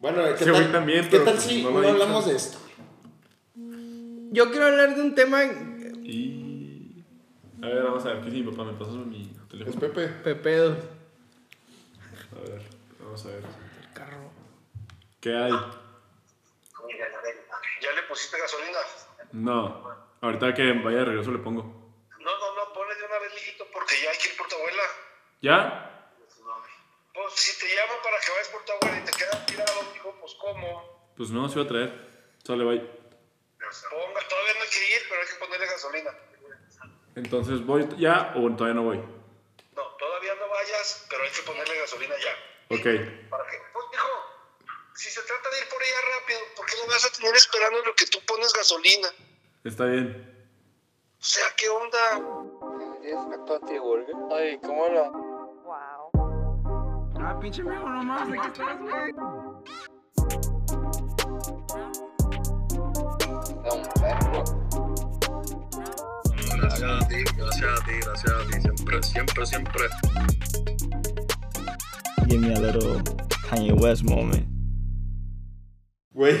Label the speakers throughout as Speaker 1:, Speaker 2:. Speaker 1: Bueno, ¿qué
Speaker 2: Ese güey
Speaker 1: tal,
Speaker 2: también,
Speaker 1: ¿qué
Speaker 2: pero
Speaker 1: tal
Speaker 2: pues
Speaker 1: si
Speaker 2: no
Speaker 1: no,
Speaker 2: lo ha
Speaker 1: hablamos
Speaker 2: dicho.
Speaker 1: de esto?
Speaker 3: Yo quiero hablar de un tema.
Speaker 2: Y. A ver, vamos a ver qué dice mi papá. ¿Me pasas mi teléfono?
Speaker 1: Es Pepe.
Speaker 3: Pepedo.
Speaker 2: A ver, vamos a ver.
Speaker 3: El carro.
Speaker 2: ¿Qué hay?
Speaker 4: ¿Ya le pusiste gasolina?
Speaker 2: No. Ahorita que vaya de regreso le pongo.
Speaker 4: No, no, no, ponle de una vez, mijito, porque ya hay que ir por tu abuela.
Speaker 2: ¿Ya?
Speaker 4: Pues si te llamo para que vayas por tu abuela y te quedas tirado, dijo, pues ¿cómo?
Speaker 2: Pues no, se iba a traer. Sale, bye.
Speaker 4: Ponga, todavía no hay que ir, pero hay que ponerle gasolina.
Speaker 2: Entonces, ¿voy ya o todavía no voy?
Speaker 4: No, todavía no vayas, pero hay que ponerle gasolina ya.
Speaker 2: Ok.
Speaker 4: ¿Para qué? Pues dijo, si se trata de ir por ella rápido, ¿por qué la vas a tener esperando en lo que tú pones gasolina?
Speaker 2: Está bien.
Speaker 4: O sea, ¿qué onda?
Speaker 5: Ay, ¿cómo la?
Speaker 3: Ah, pinche amigo, no más. Aquí estás, güey.
Speaker 5: Da un perro.
Speaker 4: Gracias a ti, gracias a ti, gracias a ti, siempre, siempre, siempre.
Speaker 6: give me a little Kanye West moment.
Speaker 1: Güey,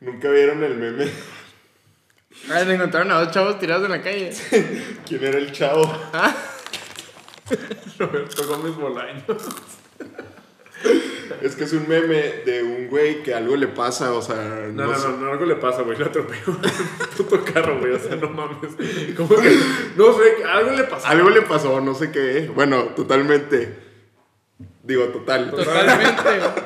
Speaker 1: nunca vieron el meme.
Speaker 3: Ah, le encontraron a dos chavos tirados en la calle.
Speaker 1: ¿Quién era el chavo?
Speaker 2: Roberto Gómez Bolaños.
Speaker 1: Es que es un meme de un güey que algo le pasa, o sea,
Speaker 2: No,
Speaker 1: no,
Speaker 2: no,
Speaker 1: sé.
Speaker 2: no, no, algo le pasa, güey. Le atropelló un puto carro, güey. O sea, no mames. Como que. No sé, algo le pasó.
Speaker 1: Algo le pasó, no sé qué. Bueno, totalmente. Digo, total.
Speaker 3: Totalmente.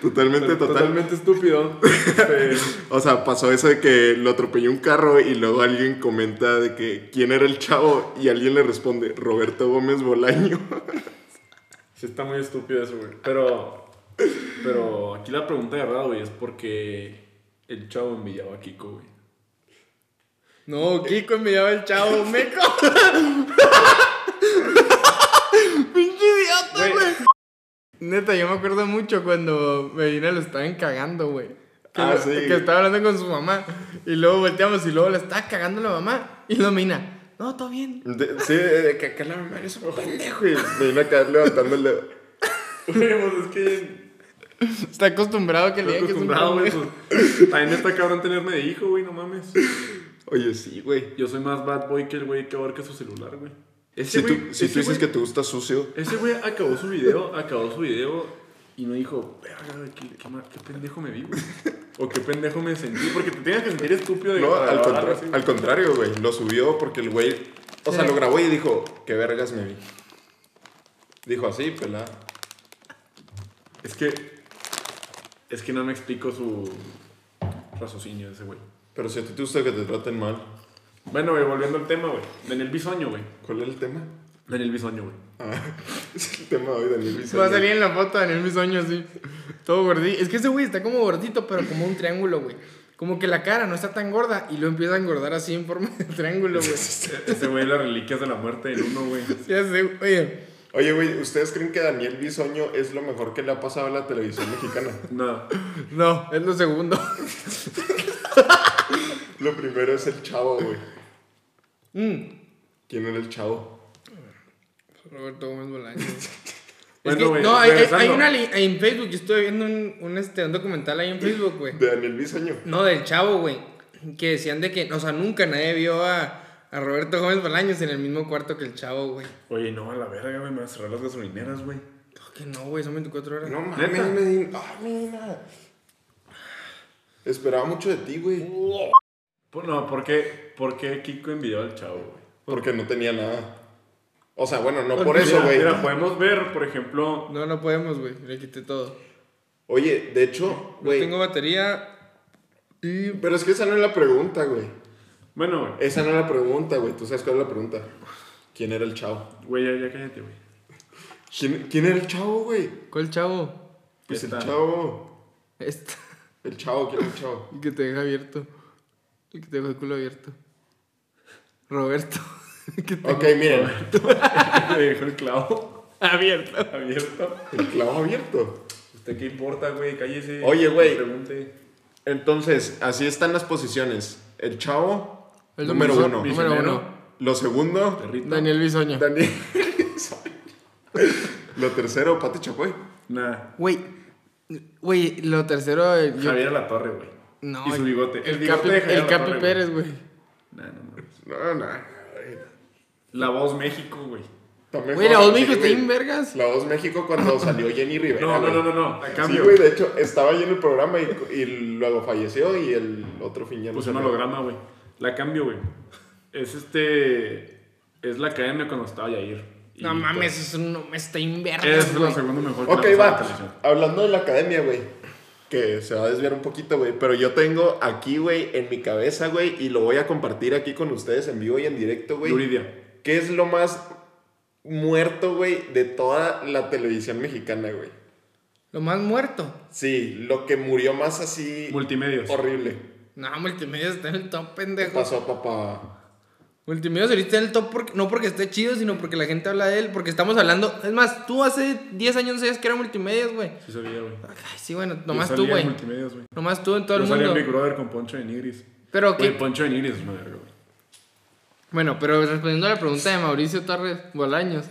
Speaker 1: Totalmente, total.
Speaker 2: Totalmente estúpido. Este,
Speaker 1: O sea, pasó eso de que lo atropelló un carro y luego alguien comenta de que quién era el chavo y alguien le responde, Roberto Gómez Bolaño.
Speaker 2: sí, está muy estúpido eso, güey. Pero. Pero aquí la pregunta de verdad, güey, es porque el chavo envidiaba a Kiko, güey.
Speaker 3: No, Kiko enviaba el chavo meco. Pinche idiota, güey. Neta, yo me acuerdo mucho cuando Medina lo estaban cagando, güey. Que,
Speaker 1: Ah,
Speaker 3: lo-
Speaker 1: sí.
Speaker 3: que estaba hablando con su mamá. Y luego volteamos y luego le estaba cagando la mamá. Y lo Medina, no, todo bien.
Speaker 1: De- sí, de de que acá la mamá es un pendejo y me vino acá levantando el dedo.
Speaker 2: Güey, pues es que.
Speaker 3: Está acostumbrado que le
Speaker 2: Estoy
Speaker 3: digan que es un
Speaker 2: acostumbrado, güey.
Speaker 3: pendejo.
Speaker 2: pues, También está cabrón tenerme de hijo, güey, no mames.
Speaker 1: Oye, sí, güey.
Speaker 2: Yo soy más bad boy que el güey que abarca su celular, güey. Ese
Speaker 1: Si tú,
Speaker 2: güey-
Speaker 1: si
Speaker 2: ese
Speaker 1: tú dices
Speaker 2: güey-
Speaker 1: que te gusta sucio,
Speaker 2: Ese güey acabó su video, acabó su video y no dijo, verga, güey, qué, qué, ma- qué pendejo me vi, güey. O qué pendejo me sentí, porque te tienes que sentir estúpido de
Speaker 1: No,
Speaker 2: para
Speaker 1: al,
Speaker 2: grabar
Speaker 1: contra-
Speaker 2: así, güey.
Speaker 1: al contrario, güey. Lo subió porque el güey. O sea,
Speaker 3: Sí.
Speaker 1: lo grabó y dijo, qué vergas me vi. Dijo así, pelada.
Speaker 2: Es que. Es que no me explico su raciocinio de ese güey.
Speaker 1: Pero si a ti te gusta que te traten mal,
Speaker 2: Bueno, güey, volviendo al tema, güey. Daniel Bisoño, güey.
Speaker 1: ¿cuál es el tema?
Speaker 2: Daniel Bisoño, güey.
Speaker 1: Ah, es el tema de hoy, Daniel Bisoño.
Speaker 3: Va a salir en la foto Daniel Bisoño así. Todo gordito. Es que ese güey está como gordito, pero como un triángulo, güey. Como que la cara no está tan gorda y lo empieza a engordar así en forma de triángulo, güey.
Speaker 2: E- Ese güey, las reliquias de la muerte del uno, güey.
Speaker 3: Ya sé, oye.
Speaker 1: Oye, güey, ¿ustedes creen que Daniel Bisoño es lo mejor que le ha pasado a la televisión mexicana?
Speaker 2: No.
Speaker 3: No, es lo segundo.
Speaker 1: lo primero es el chavo, güey.
Speaker 3: Mm.
Speaker 1: ¿Quién era el chavo?
Speaker 3: Roberto Gómez Bolaños.
Speaker 2: Bueno,
Speaker 3: Es que-
Speaker 2: güey,
Speaker 3: no, hay, hay- hay
Speaker 2: regresando.
Speaker 3: una li- en Facebook, yo estuve viendo un, un, este, un documental ahí en Facebook, güey.
Speaker 1: De Daniel Bisoño.
Speaker 3: No, del chavo, güey. Que decían de que, o sea, nunca nadie vio a, a Roberto Gómez Bolaños en el mismo cuarto que el chavo, güey.
Speaker 2: Oye, no, a la verga, güey, me van a cerrar las gasolineras, güey.
Speaker 3: Claro que no, güey, son 24 horas.
Speaker 1: No
Speaker 2: ¿Neta?
Speaker 1: mames, Medina. Ah, Medina. Esperaba mucho de ti, güey.
Speaker 2: Pues No, ¿por qué, por qué Kiko envidió al chavo, güey?
Speaker 1: Porque no tenía nada. O sea, bueno, no
Speaker 2: Pues
Speaker 1: por
Speaker 2: mira,
Speaker 1: eso, güey.
Speaker 2: Mira, podemos ver, por ejemplo,
Speaker 3: No, no podemos, güey. Le quité todo.
Speaker 1: Oye, de hecho,
Speaker 3: No
Speaker 1: güey.
Speaker 3: tengo batería. Y...
Speaker 1: Pero es que esa no es la pregunta, güey.
Speaker 2: bueno, güey,
Speaker 1: Esa no es la pregunta, güey. Tú sabes cuál es la pregunta. ¿Quién era el chavo?
Speaker 2: güey, ya, ya cállate, güey.
Speaker 1: ¿Quién, quién era el chavo, güey?
Speaker 3: ¿Cuál chavo?
Speaker 1: Pues el
Speaker 2: Está.
Speaker 1: chavo.
Speaker 3: Este.
Speaker 1: El chavo, ¿quién era el chavo?
Speaker 3: El que te deja abierto. El que te deja el culo abierto. Roberto. El que te
Speaker 1: Ok, miren.
Speaker 2: Me dejó el clavo
Speaker 3: abierto.
Speaker 2: abierto.
Speaker 1: El clavo abierto.
Speaker 2: ¿Usted qué importa, güey? Cállese.
Speaker 1: Oye, güey.
Speaker 2: No Pregunte.
Speaker 1: Entonces, así están las posiciones. El chavo,
Speaker 3: El
Speaker 1: número
Speaker 3: domingo-
Speaker 1: uno.
Speaker 3: Número
Speaker 2: Misionero.
Speaker 3: uno.
Speaker 1: Lo segundo,
Speaker 2: Perrito.
Speaker 3: Daniel Bisoño.
Speaker 1: Daniel. Lo tercero, Pati Chapoy.
Speaker 2: Nah.
Speaker 3: Güey, Güey, lo tercero. eh, yo-
Speaker 2: Javier La Torre, güey.
Speaker 3: No,
Speaker 2: y su
Speaker 3: el-
Speaker 2: bigote.
Speaker 3: El,
Speaker 2: bigote
Speaker 3: Capi,
Speaker 2: de Javier
Speaker 3: el Capi
Speaker 2: Alatorre, güey.
Speaker 3: Pérez, güey.
Speaker 2: Nah, no mames.
Speaker 1: No, no.
Speaker 2: La Voz México, güey.
Speaker 1: Está mejor,
Speaker 3: Güey, la voz
Speaker 1: sí,
Speaker 3: México está
Speaker 1: güey.
Speaker 3: bien vergas.
Speaker 1: La voz México cuando salió Jenny Rivera.
Speaker 2: No, no,
Speaker 1: güey.
Speaker 2: no, no, no. A
Speaker 1: Sí,
Speaker 2: cambio.
Speaker 1: güey, de hecho, estaba ahí en el programa y, y luego falleció y el otro fin ya no
Speaker 2: Puse Pues un
Speaker 1: salió.
Speaker 2: holograma, güey. La cambio, güey. Es este. Es la academia cuando estaba Yair. Y
Speaker 3: No
Speaker 2: todo.
Speaker 3: mames, eso no, está bien vergas,
Speaker 2: Es la
Speaker 3: güey.
Speaker 2: segunda mejor. que
Speaker 1: Ok,
Speaker 2: la pasada en televisión.
Speaker 1: va. Hablando de la academia, güey. Que se va a desviar un poquito, güey. Pero yo tengo aquí, güey, en mi cabeza, güey. Y lo voy a compartir aquí con ustedes en vivo y en directo, güey.
Speaker 2: Yuridia.
Speaker 1: ¿Qué es lo más muerto, güey, de toda la televisión mexicana, güey?
Speaker 3: Lo más muerto.
Speaker 1: Sí, lo que murió más así.
Speaker 2: Multimedios.
Speaker 1: Horrible.
Speaker 3: No, multimedia está en el top,
Speaker 1: ¿Qué
Speaker 3: pendejo.
Speaker 1: pasó, papá?
Speaker 3: Multimedios ahorita en el top porque- no porque esté chido, sino porque la gente habla de él, porque estamos hablando... Es más, tú hace 10 años no sabías que era multimedios, güey.
Speaker 2: Sí sabía, güey.
Speaker 3: Ay, sí, bueno,
Speaker 2: Yo
Speaker 3: nomás
Speaker 2: salía
Speaker 3: tú,
Speaker 2: en
Speaker 3: güey.
Speaker 2: Multimedios, güey.
Speaker 3: Nomás tú en todo
Speaker 2: Yo
Speaker 3: el
Speaker 2: salía en Big
Speaker 3: mundo.
Speaker 2: Brother con Poncho de Nigris.
Speaker 3: Pero
Speaker 2: Güey,
Speaker 3: que...
Speaker 2: Poncho de Nigris es una verga, güey.
Speaker 3: Bueno, pero respondiendo a la pregunta de Mauricio Torres Bolaños,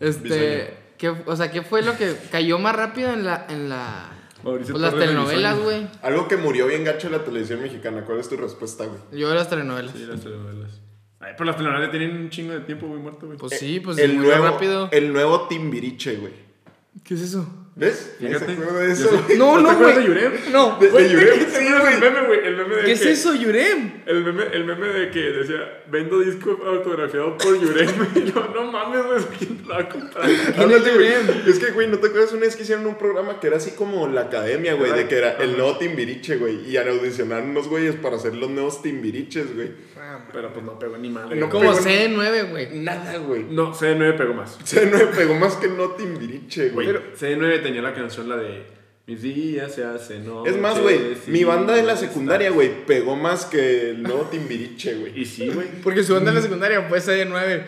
Speaker 1: Bisoño.
Speaker 3: este... ¿qué, o sea, ¿qué fue lo que cayó más rápido en la... En la
Speaker 2: Mauricio
Speaker 3: pues, las
Speaker 2: Torres
Speaker 3: telenovelas,
Speaker 2: Bisoño.
Speaker 3: güey.
Speaker 1: Algo que murió bien gacho en la televisión mexicana. ¿Cuál es tu respuesta, güey?
Speaker 3: Yo las telenovelas.
Speaker 2: Sí, las telenovelas. Ay, pero las telenovelas tienen un chingo de tiempo, güey, muerto, güey.
Speaker 3: Pues sí, pues
Speaker 1: el
Speaker 3: murió
Speaker 1: nuevo,
Speaker 3: rápido.
Speaker 1: El nuevo Timbiriche, güey.
Speaker 3: ¿Qué es eso?
Speaker 1: ¿Ves? ¿Se
Speaker 2: Fíjate.
Speaker 1: acuerda de
Speaker 2: Yo
Speaker 1: eso,
Speaker 2: sé.
Speaker 1: güey?
Speaker 3: No,
Speaker 2: ¿No te
Speaker 3: no,
Speaker 2: acuerdas de
Speaker 3: güey.
Speaker 2: Yurem?
Speaker 3: No.
Speaker 1: De- de
Speaker 2: Güey,
Speaker 1: Yurem,
Speaker 2: ¿te acuerdas del meme, güey? El meme de
Speaker 3: ¿Qué es
Speaker 2: que-
Speaker 3: eso, Yurem?
Speaker 2: El meme, el meme de que decía, vendo disco autografiado por Yurem. Y yo, no mames, güey, ¿quién te lo va a comprar?
Speaker 3: ¿Quién es
Speaker 1: Ándale, güey.
Speaker 3: Yurem?
Speaker 1: Es que, güey, ¿no te acuerdas una vez que hicieron un programa que era así como la academia, güey?
Speaker 2: Ajá.
Speaker 1: De que era el nuevo Timbiriche, güey. Y audicionaron unos güeyes para hacer los nuevos Timbiriches, güey.
Speaker 2: Pero pues no pegó ni madre.
Speaker 1: No
Speaker 2: güey.
Speaker 3: Como
Speaker 1: pegó ni-
Speaker 3: C9, güey.
Speaker 1: Nada, güey.
Speaker 2: No, C9 pegó más.
Speaker 1: O sea, no me pegó más que el no Timbiriche, güey.
Speaker 2: Güey, C9 tenía la canción, la de Mis días se hacen noche.
Speaker 1: Es más, güey,
Speaker 2: sí,
Speaker 1: mi banda de la
Speaker 2: está.
Speaker 1: secundaria, güey, pegó más que el nuevo Timbiriche, güey.
Speaker 2: Y sí, güey.
Speaker 3: Porque su banda en la secundaria pues, fue C9.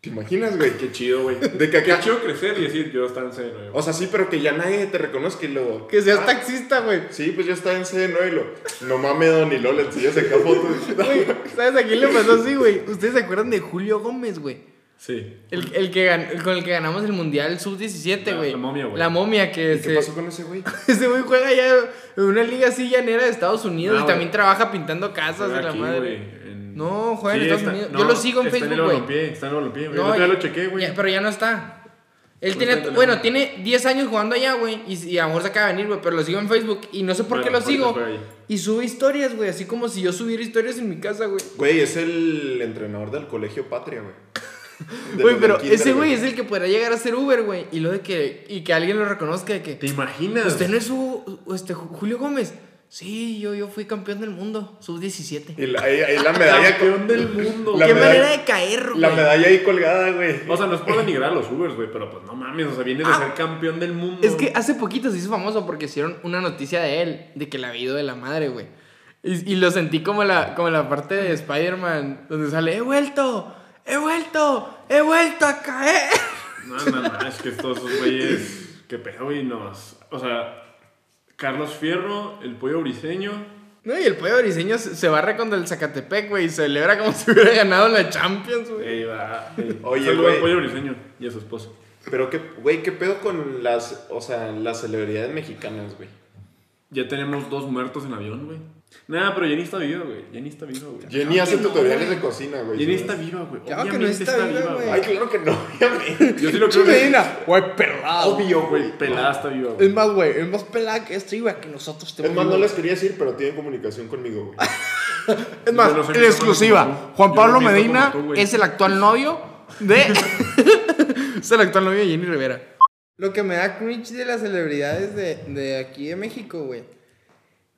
Speaker 1: ¿Te imaginas, güey?
Speaker 2: Qué chido, güey.
Speaker 1: De que acá-
Speaker 2: Qué chido crecer y decir, yo estaba en C9.
Speaker 1: O sea, sí, pero que ya nadie te reconozca y luego...
Speaker 3: Que seas
Speaker 1: ah,
Speaker 3: taxista, güey.
Speaker 1: Sí, pues yo estaba en C9 y lo... No mames, Don y Lola, si yo saca fotos.
Speaker 3: Güey, ¿sabes a quién le pasó así, güey? ¿Ustedes se acuerdan de Julio Gómez, güey?
Speaker 2: sí.
Speaker 3: El, el que gan- el con el que ganamos el Mundial Sub-17,
Speaker 2: La-
Speaker 3: güey.
Speaker 2: la momia, güey.
Speaker 3: La momia que
Speaker 1: ¿Y
Speaker 3: se...
Speaker 1: ¿Qué pasó con ese güey?
Speaker 3: Ese güey juega ya en una liga así llanera de Estados Unidos
Speaker 2: No,
Speaker 3: y
Speaker 2: Ah, güey.
Speaker 3: también trabaja pintando casas de
Speaker 2: Juega
Speaker 3: la
Speaker 2: aquí,
Speaker 3: madre.
Speaker 2: güey, en-
Speaker 3: No, juega en Estados Unidos. Yo lo sigo en
Speaker 2: está
Speaker 3: Facebook,
Speaker 2: el
Speaker 3: güey.
Speaker 2: Olympié, Está en el Olympié, güey.
Speaker 3: No,
Speaker 2: Yo ya
Speaker 3: ya-
Speaker 2: lo chequé, güey.
Speaker 3: ya- Pero ya no está. Él
Speaker 2: No
Speaker 3: tiene,
Speaker 2: está en la
Speaker 3: bueno,
Speaker 2: liga.
Speaker 3: tiene 10 años jugando allá, güey. Y, y a lo mejor se acaba de venir, güey. Pero lo sigo en Facebook. Y no sé por
Speaker 2: Bueno,
Speaker 3: qué lo
Speaker 2: porque
Speaker 3: sigo.
Speaker 2: fue ahí.
Speaker 3: Y sube historias, güey. Así como si yo subiera historias en mi casa, güey.
Speaker 1: Güey, es el entrenador del colegio Patria, güey. De
Speaker 3: Güey,
Speaker 1: los
Speaker 3: pero
Speaker 1: del kinder,
Speaker 3: ese güey es el que podrá llegar a ser Uber, güey. Y lo de que. Y que alguien lo reconozca de
Speaker 2: ¿Te
Speaker 3: que.
Speaker 2: imaginas?
Speaker 3: Usted no es su, este, Ju- Julio Gómez. Sí, yo, yo fui campeón del mundo. Sub 17.
Speaker 1: Y la, ahí, ahí la medalla...
Speaker 2: Campeón del mundo.
Speaker 1: La
Speaker 3: Qué
Speaker 1: medalla-
Speaker 3: manera de caer, güey.
Speaker 1: La medalla ahí colgada, güey.
Speaker 2: O sea, no es por denigrar a los Ubers, güey, pero pues no mames, o sea, vienes de
Speaker 3: Ah.
Speaker 2: ser campeón del mundo.
Speaker 3: Es que hace poquito se hizo famoso porque hicieron una noticia de él, de que la había ido de la madre, güey. Y, y lo sentí como la, como la parte de Spider-Man, donde sale, he vuelto, he vuelto, he vuelto a caer.
Speaker 2: No, no, no, es que estos esos güeyes. Qué pedo, güey, nos. O sea, Carlos Fierro, el pollo briseño.
Speaker 3: No, y el pollo briseño se, se barre contra el Zacatepec, güey, y celebra como si hubiera ganado la Champions, güey.
Speaker 2: Ey, va.
Speaker 1: Oye,
Speaker 2: Saludo
Speaker 1: güey.
Speaker 2: al pollo briseño y a su esposa.
Speaker 1: Pero qué, güey, qué pedo con las, o sea, las celebridades mexicanas, güey.
Speaker 2: Ya tenemos dos muertos en avión, güey. Nada, pero Jenny está viva, güey. Jenny está viva, güey.
Speaker 1: Jenny hace tutoriales de cocina, güey.
Speaker 2: Jenny
Speaker 1: ¿sabes?
Speaker 2: está viva, güey.
Speaker 3: Claro que no
Speaker 2: Obviamente
Speaker 3: está viva, güey.
Speaker 1: Ay, claro que no, obviamente.
Speaker 2: Yo sí lo creo. güey.
Speaker 3: güey, pelado.
Speaker 1: Obvio,
Speaker 2: Güey, pelada está viva, güey.
Speaker 3: Es más, güey, es más pelada que este, güey, que nosotros te
Speaker 1: Es más, no les quería decir, pero tienen comunicación conmigo, güey.
Speaker 3: Es
Speaker 2: Yo no
Speaker 3: más,
Speaker 2: soy
Speaker 3: en
Speaker 2: musulmán
Speaker 3: exclusiva,
Speaker 2: como tú.
Speaker 3: Juan
Speaker 2: Yo
Speaker 3: Pablo
Speaker 2: no miento
Speaker 3: Medina
Speaker 2: como tú, güey.
Speaker 3: es el actual novio de... es el actual novio de Jenny Rivera. Lo que me da cringe de las celebridades de, de aquí de México, güey,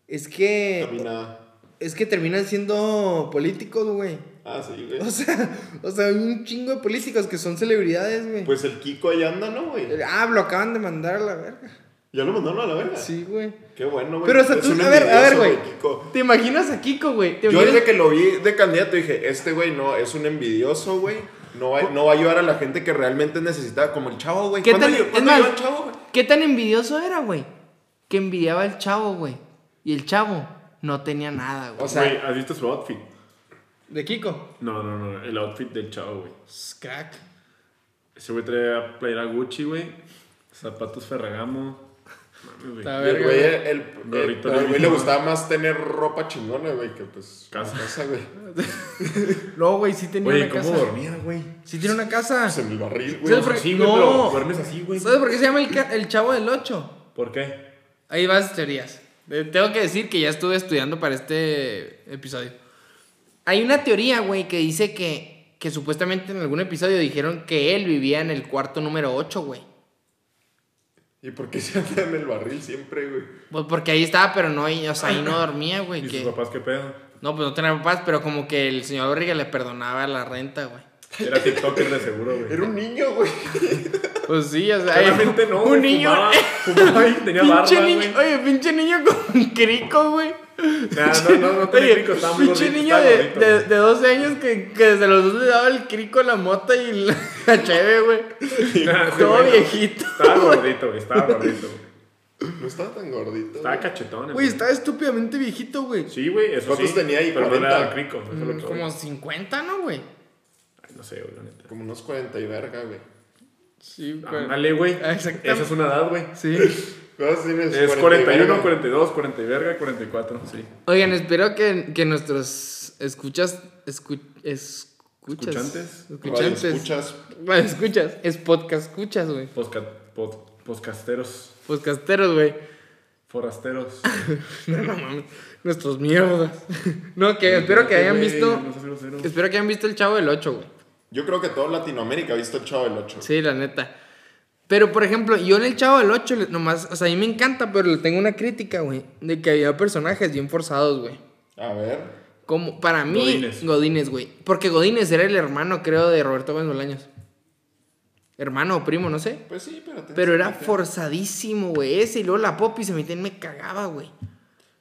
Speaker 3: es
Speaker 1: A mí
Speaker 3: que,
Speaker 1: nada.
Speaker 3: es que terminan siendo políticos, güey.
Speaker 1: Ah, sí, güey.
Speaker 3: O sea, o sea, hay un chingo de políticos que son celebridades, güey.
Speaker 1: Pues el Kiko ahí anda, ¿no, güey?
Speaker 3: Ah, lo acaban de mandar a la verga.
Speaker 1: Ya lo mandaron a la verga.
Speaker 3: Sí, güey.
Speaker 1: Qué bueno, güey.
Speaker 3: Pero, o sea,
Speaker 1: Es
Speaker 3: tú,
Speaker 1: un
Speaker 3: a ver, a ver,
Speaker 1: envidioso,
Speaker 3: güey.
Speaker 1: Kiko.
Speaker 3: ¿Te imaginas a Kiko, güey? ¿Te
Speaker 1: Yo
Speaker 3: imaginas-
Speaker 1: desde que lo vi de candidato dije, este güey no, es un envidioso, güey. No va, no va a ayudar a la gente que realmente necesita, como el chavo, güey.
Speaker 3: ¿Qué
Speaker 1: ¿Cuándo
Speaker 3: tan,
Speaker 1: ayudó-
Speaker 3: es
Speaker 1: cuándo
Speaker 3: más,
Speaker 1: ayudó el chavo, güey?
Speaker 3: ¿Qué tan envidioso era, güey? Que envidiaba al chavo, güey. Y el chavo no tenía nada, güey.
Speaker 1: O sea,
Speaker 2: Güey, ¿has visto su outfit?
Speaker 3: ¿De Kiko?
Speaker 2: No, no, no, el outfit del chavo, güey.
Speaker 3: Pues, Crack.
Speaker 2: Ese güey traía playera Gucci, güey. Zapatos Ferragamo. güey.
Speaker 3: Está
Speaker 1: El
Speaker 3: verga,
Speaker 1: güey,
Speaker 3: güey.
Speaker 1: el, el-
Speaker 2: Gorrito
Speaker 1: al
Speaker 2: de
Speaker 1: güey le
Speaker 2: vino.
Speaker 1: gustaba más tener ropa chingona, güey, que pues
Speaker 2: Casa.
Speaker 1: casa güey.
Speaker 3: No, güey, sí tenía
Speaker 2: Oye,
Speaker 3: una
Speaker 2: ¿cómo
Speaker 3: casa.
Speaker 2: dormía, güey?
Speaker 3: Sí tiene una casa.
Speaker 1: Pues, en el barril, güey.
Speaker 3: ¿Sabes por qué?
Speaker 2: Sí, güey,
Speaker 3: No.
Speaker 2: pero duermes así, güey.
Speaker 3: ¿Sabes por qué se llama el, ca- el chavo del 8?
Speaker 2: ¿Por qué?
Speaker 3: Ahí vas las teorías. Eh, Tengo que decir que ya estuve estudiando para este episodio. Hay una teoría, güey, que dice que, que supuestamente en algún episodio dijeron que él vivía en el cuarto número 8, güey.
Speaker 1: ¿Y por qué se anda en el barril siempre, güey?
Speaker 3: Pues porque ahí estaba, pero no, y- o sea, ahí no dormía, güey.
Speaker 2: ¿Y
Speaker 3: que-
Speaker 2: sus papás qué pedo?
Speaker 3: No, pues no tenía papás, pero como que el señor Borriga le perdonaba la renta, güey.
Speaker 2: Era TikToker de seguro, güey.
Speaker 1: Era un niño, güey.
Speaker 3: Pues sí, o sea,
Speaker 2: Claramente no.
Speaker 3: un
Speaker 2: güey,
Speaker 3: niño,
Speaker 2: Fumaba, fumaba y tenía barba,
Speaker 3: pinche
Speaker 2: güey.
Speaker 3: niño, oye, pinche niño con crico, güey.
Speaker 2: Nah, no, no, no tenía
Speaker 3: Oye,
Speaker 2: crico, estaba muy
Speaker 3: pinche
Speaker 2: gordito,
Speaker 3: niño
Speaker 2: estaba
Speaker 3: de,
Speaker 2: gordito,
Speaker 3: de-
Speaker 2: güey.
Speaker 3: de 12 años que, que desde los dos le daba el crico, la mota y la, la cheve, güey.
Speaker 2: Nah, ese
Speaker 3: Todo
Speaker 2: güey no.
Speaker 3: viejito.
Speaker 2: Estaba gordito, güey, estaba gordito. güey.
Speaker 1: No estaba tan gordito.
Speaker 2: Estaba
Speaker 1: güey.
Speaker 2: cachetón. el
Speaker 3: Güey,
Speaker 2: niño.
Speaker 3: estaba estúpidamente viejito, güey.
Speaker 2: Sí, güey, eso
Speaker 1: ¿Cuántos
Speaker 2: sí.
Speaker 1: tenía ahí?
Speaker 2: Pero no le daba
Speaker 1: 40.
Speaker 2: crico. pues, eso es lo que voy.
Speaker 3: Mm, Como 50, ¿no, güey?
Speaker 2: Ay, No sé, güey, la neta.
Speaker 1: Como unos 40 y verga, güey.
Speaker 3: Sí, güey.
Speaker 2: Ándale, güey.
Speaker 3: Ah, exactamente.
Speaker 2: Esa es una edad, güey.
Speaker 3: Sí.
Speaker 1: ¿Cuántos tienes?
Speaker 2: Es
Speaker 1: 40 y
Speaker 2: 41,
Speaker 1: verga.
Speaker 2: 42, 40 y verga, 44, sí.
Speaker 3: Oigan, espero que, que nuestros escuchas, escu- escuchas.
Speaker 2: Escuchantes.
Speaker 3: Escuchantes.
Speaker 1: Oye, escuchas.
Speaker 3: Bueno, escuchas. Es podcast escuchas, güey.
Speaker 2: Posca- pod- Podcasteros,
Speaker 3: Podcasteros, güey.
Speaker 2: forasteros.
Speaker 3: No, no mames. Nuestros mierdas. No, que espero que hayan
Speaker 2: Güey,
Speaker 3: visto.
Speaker 2: no seas grosero.
Speaker 3: Espero que hayan visto el chavo del 8, güey.
Speaker 1: Yo creo que todo Latinoamérica ha visto el Chavo del 8.
Speaker 3: Sí, la neta. Pero, por ejemplo, yo en el Chavo del 8, le- nomás, o sea, a mí me encanta, pero le tengo una crítica, güey, de que había personajes bien forzados, güey.
Speaker 1: A ver.
Speaker 3: Como, para mí,
Speaker 2: Godínez.
Speaker 3: Godínez, güey. Porque Godínez era el hermano, creo, de Roberto Gómez Bolaños. Hermano o primo, no sé.
Speaker 1: Pues sí, pero... tenés
Speaker 3: Pero era
Speaker 1: que-
Speaker 3: forzadísimo, güey, ese. Y luego la Poppy se metía y me cagaba, güey.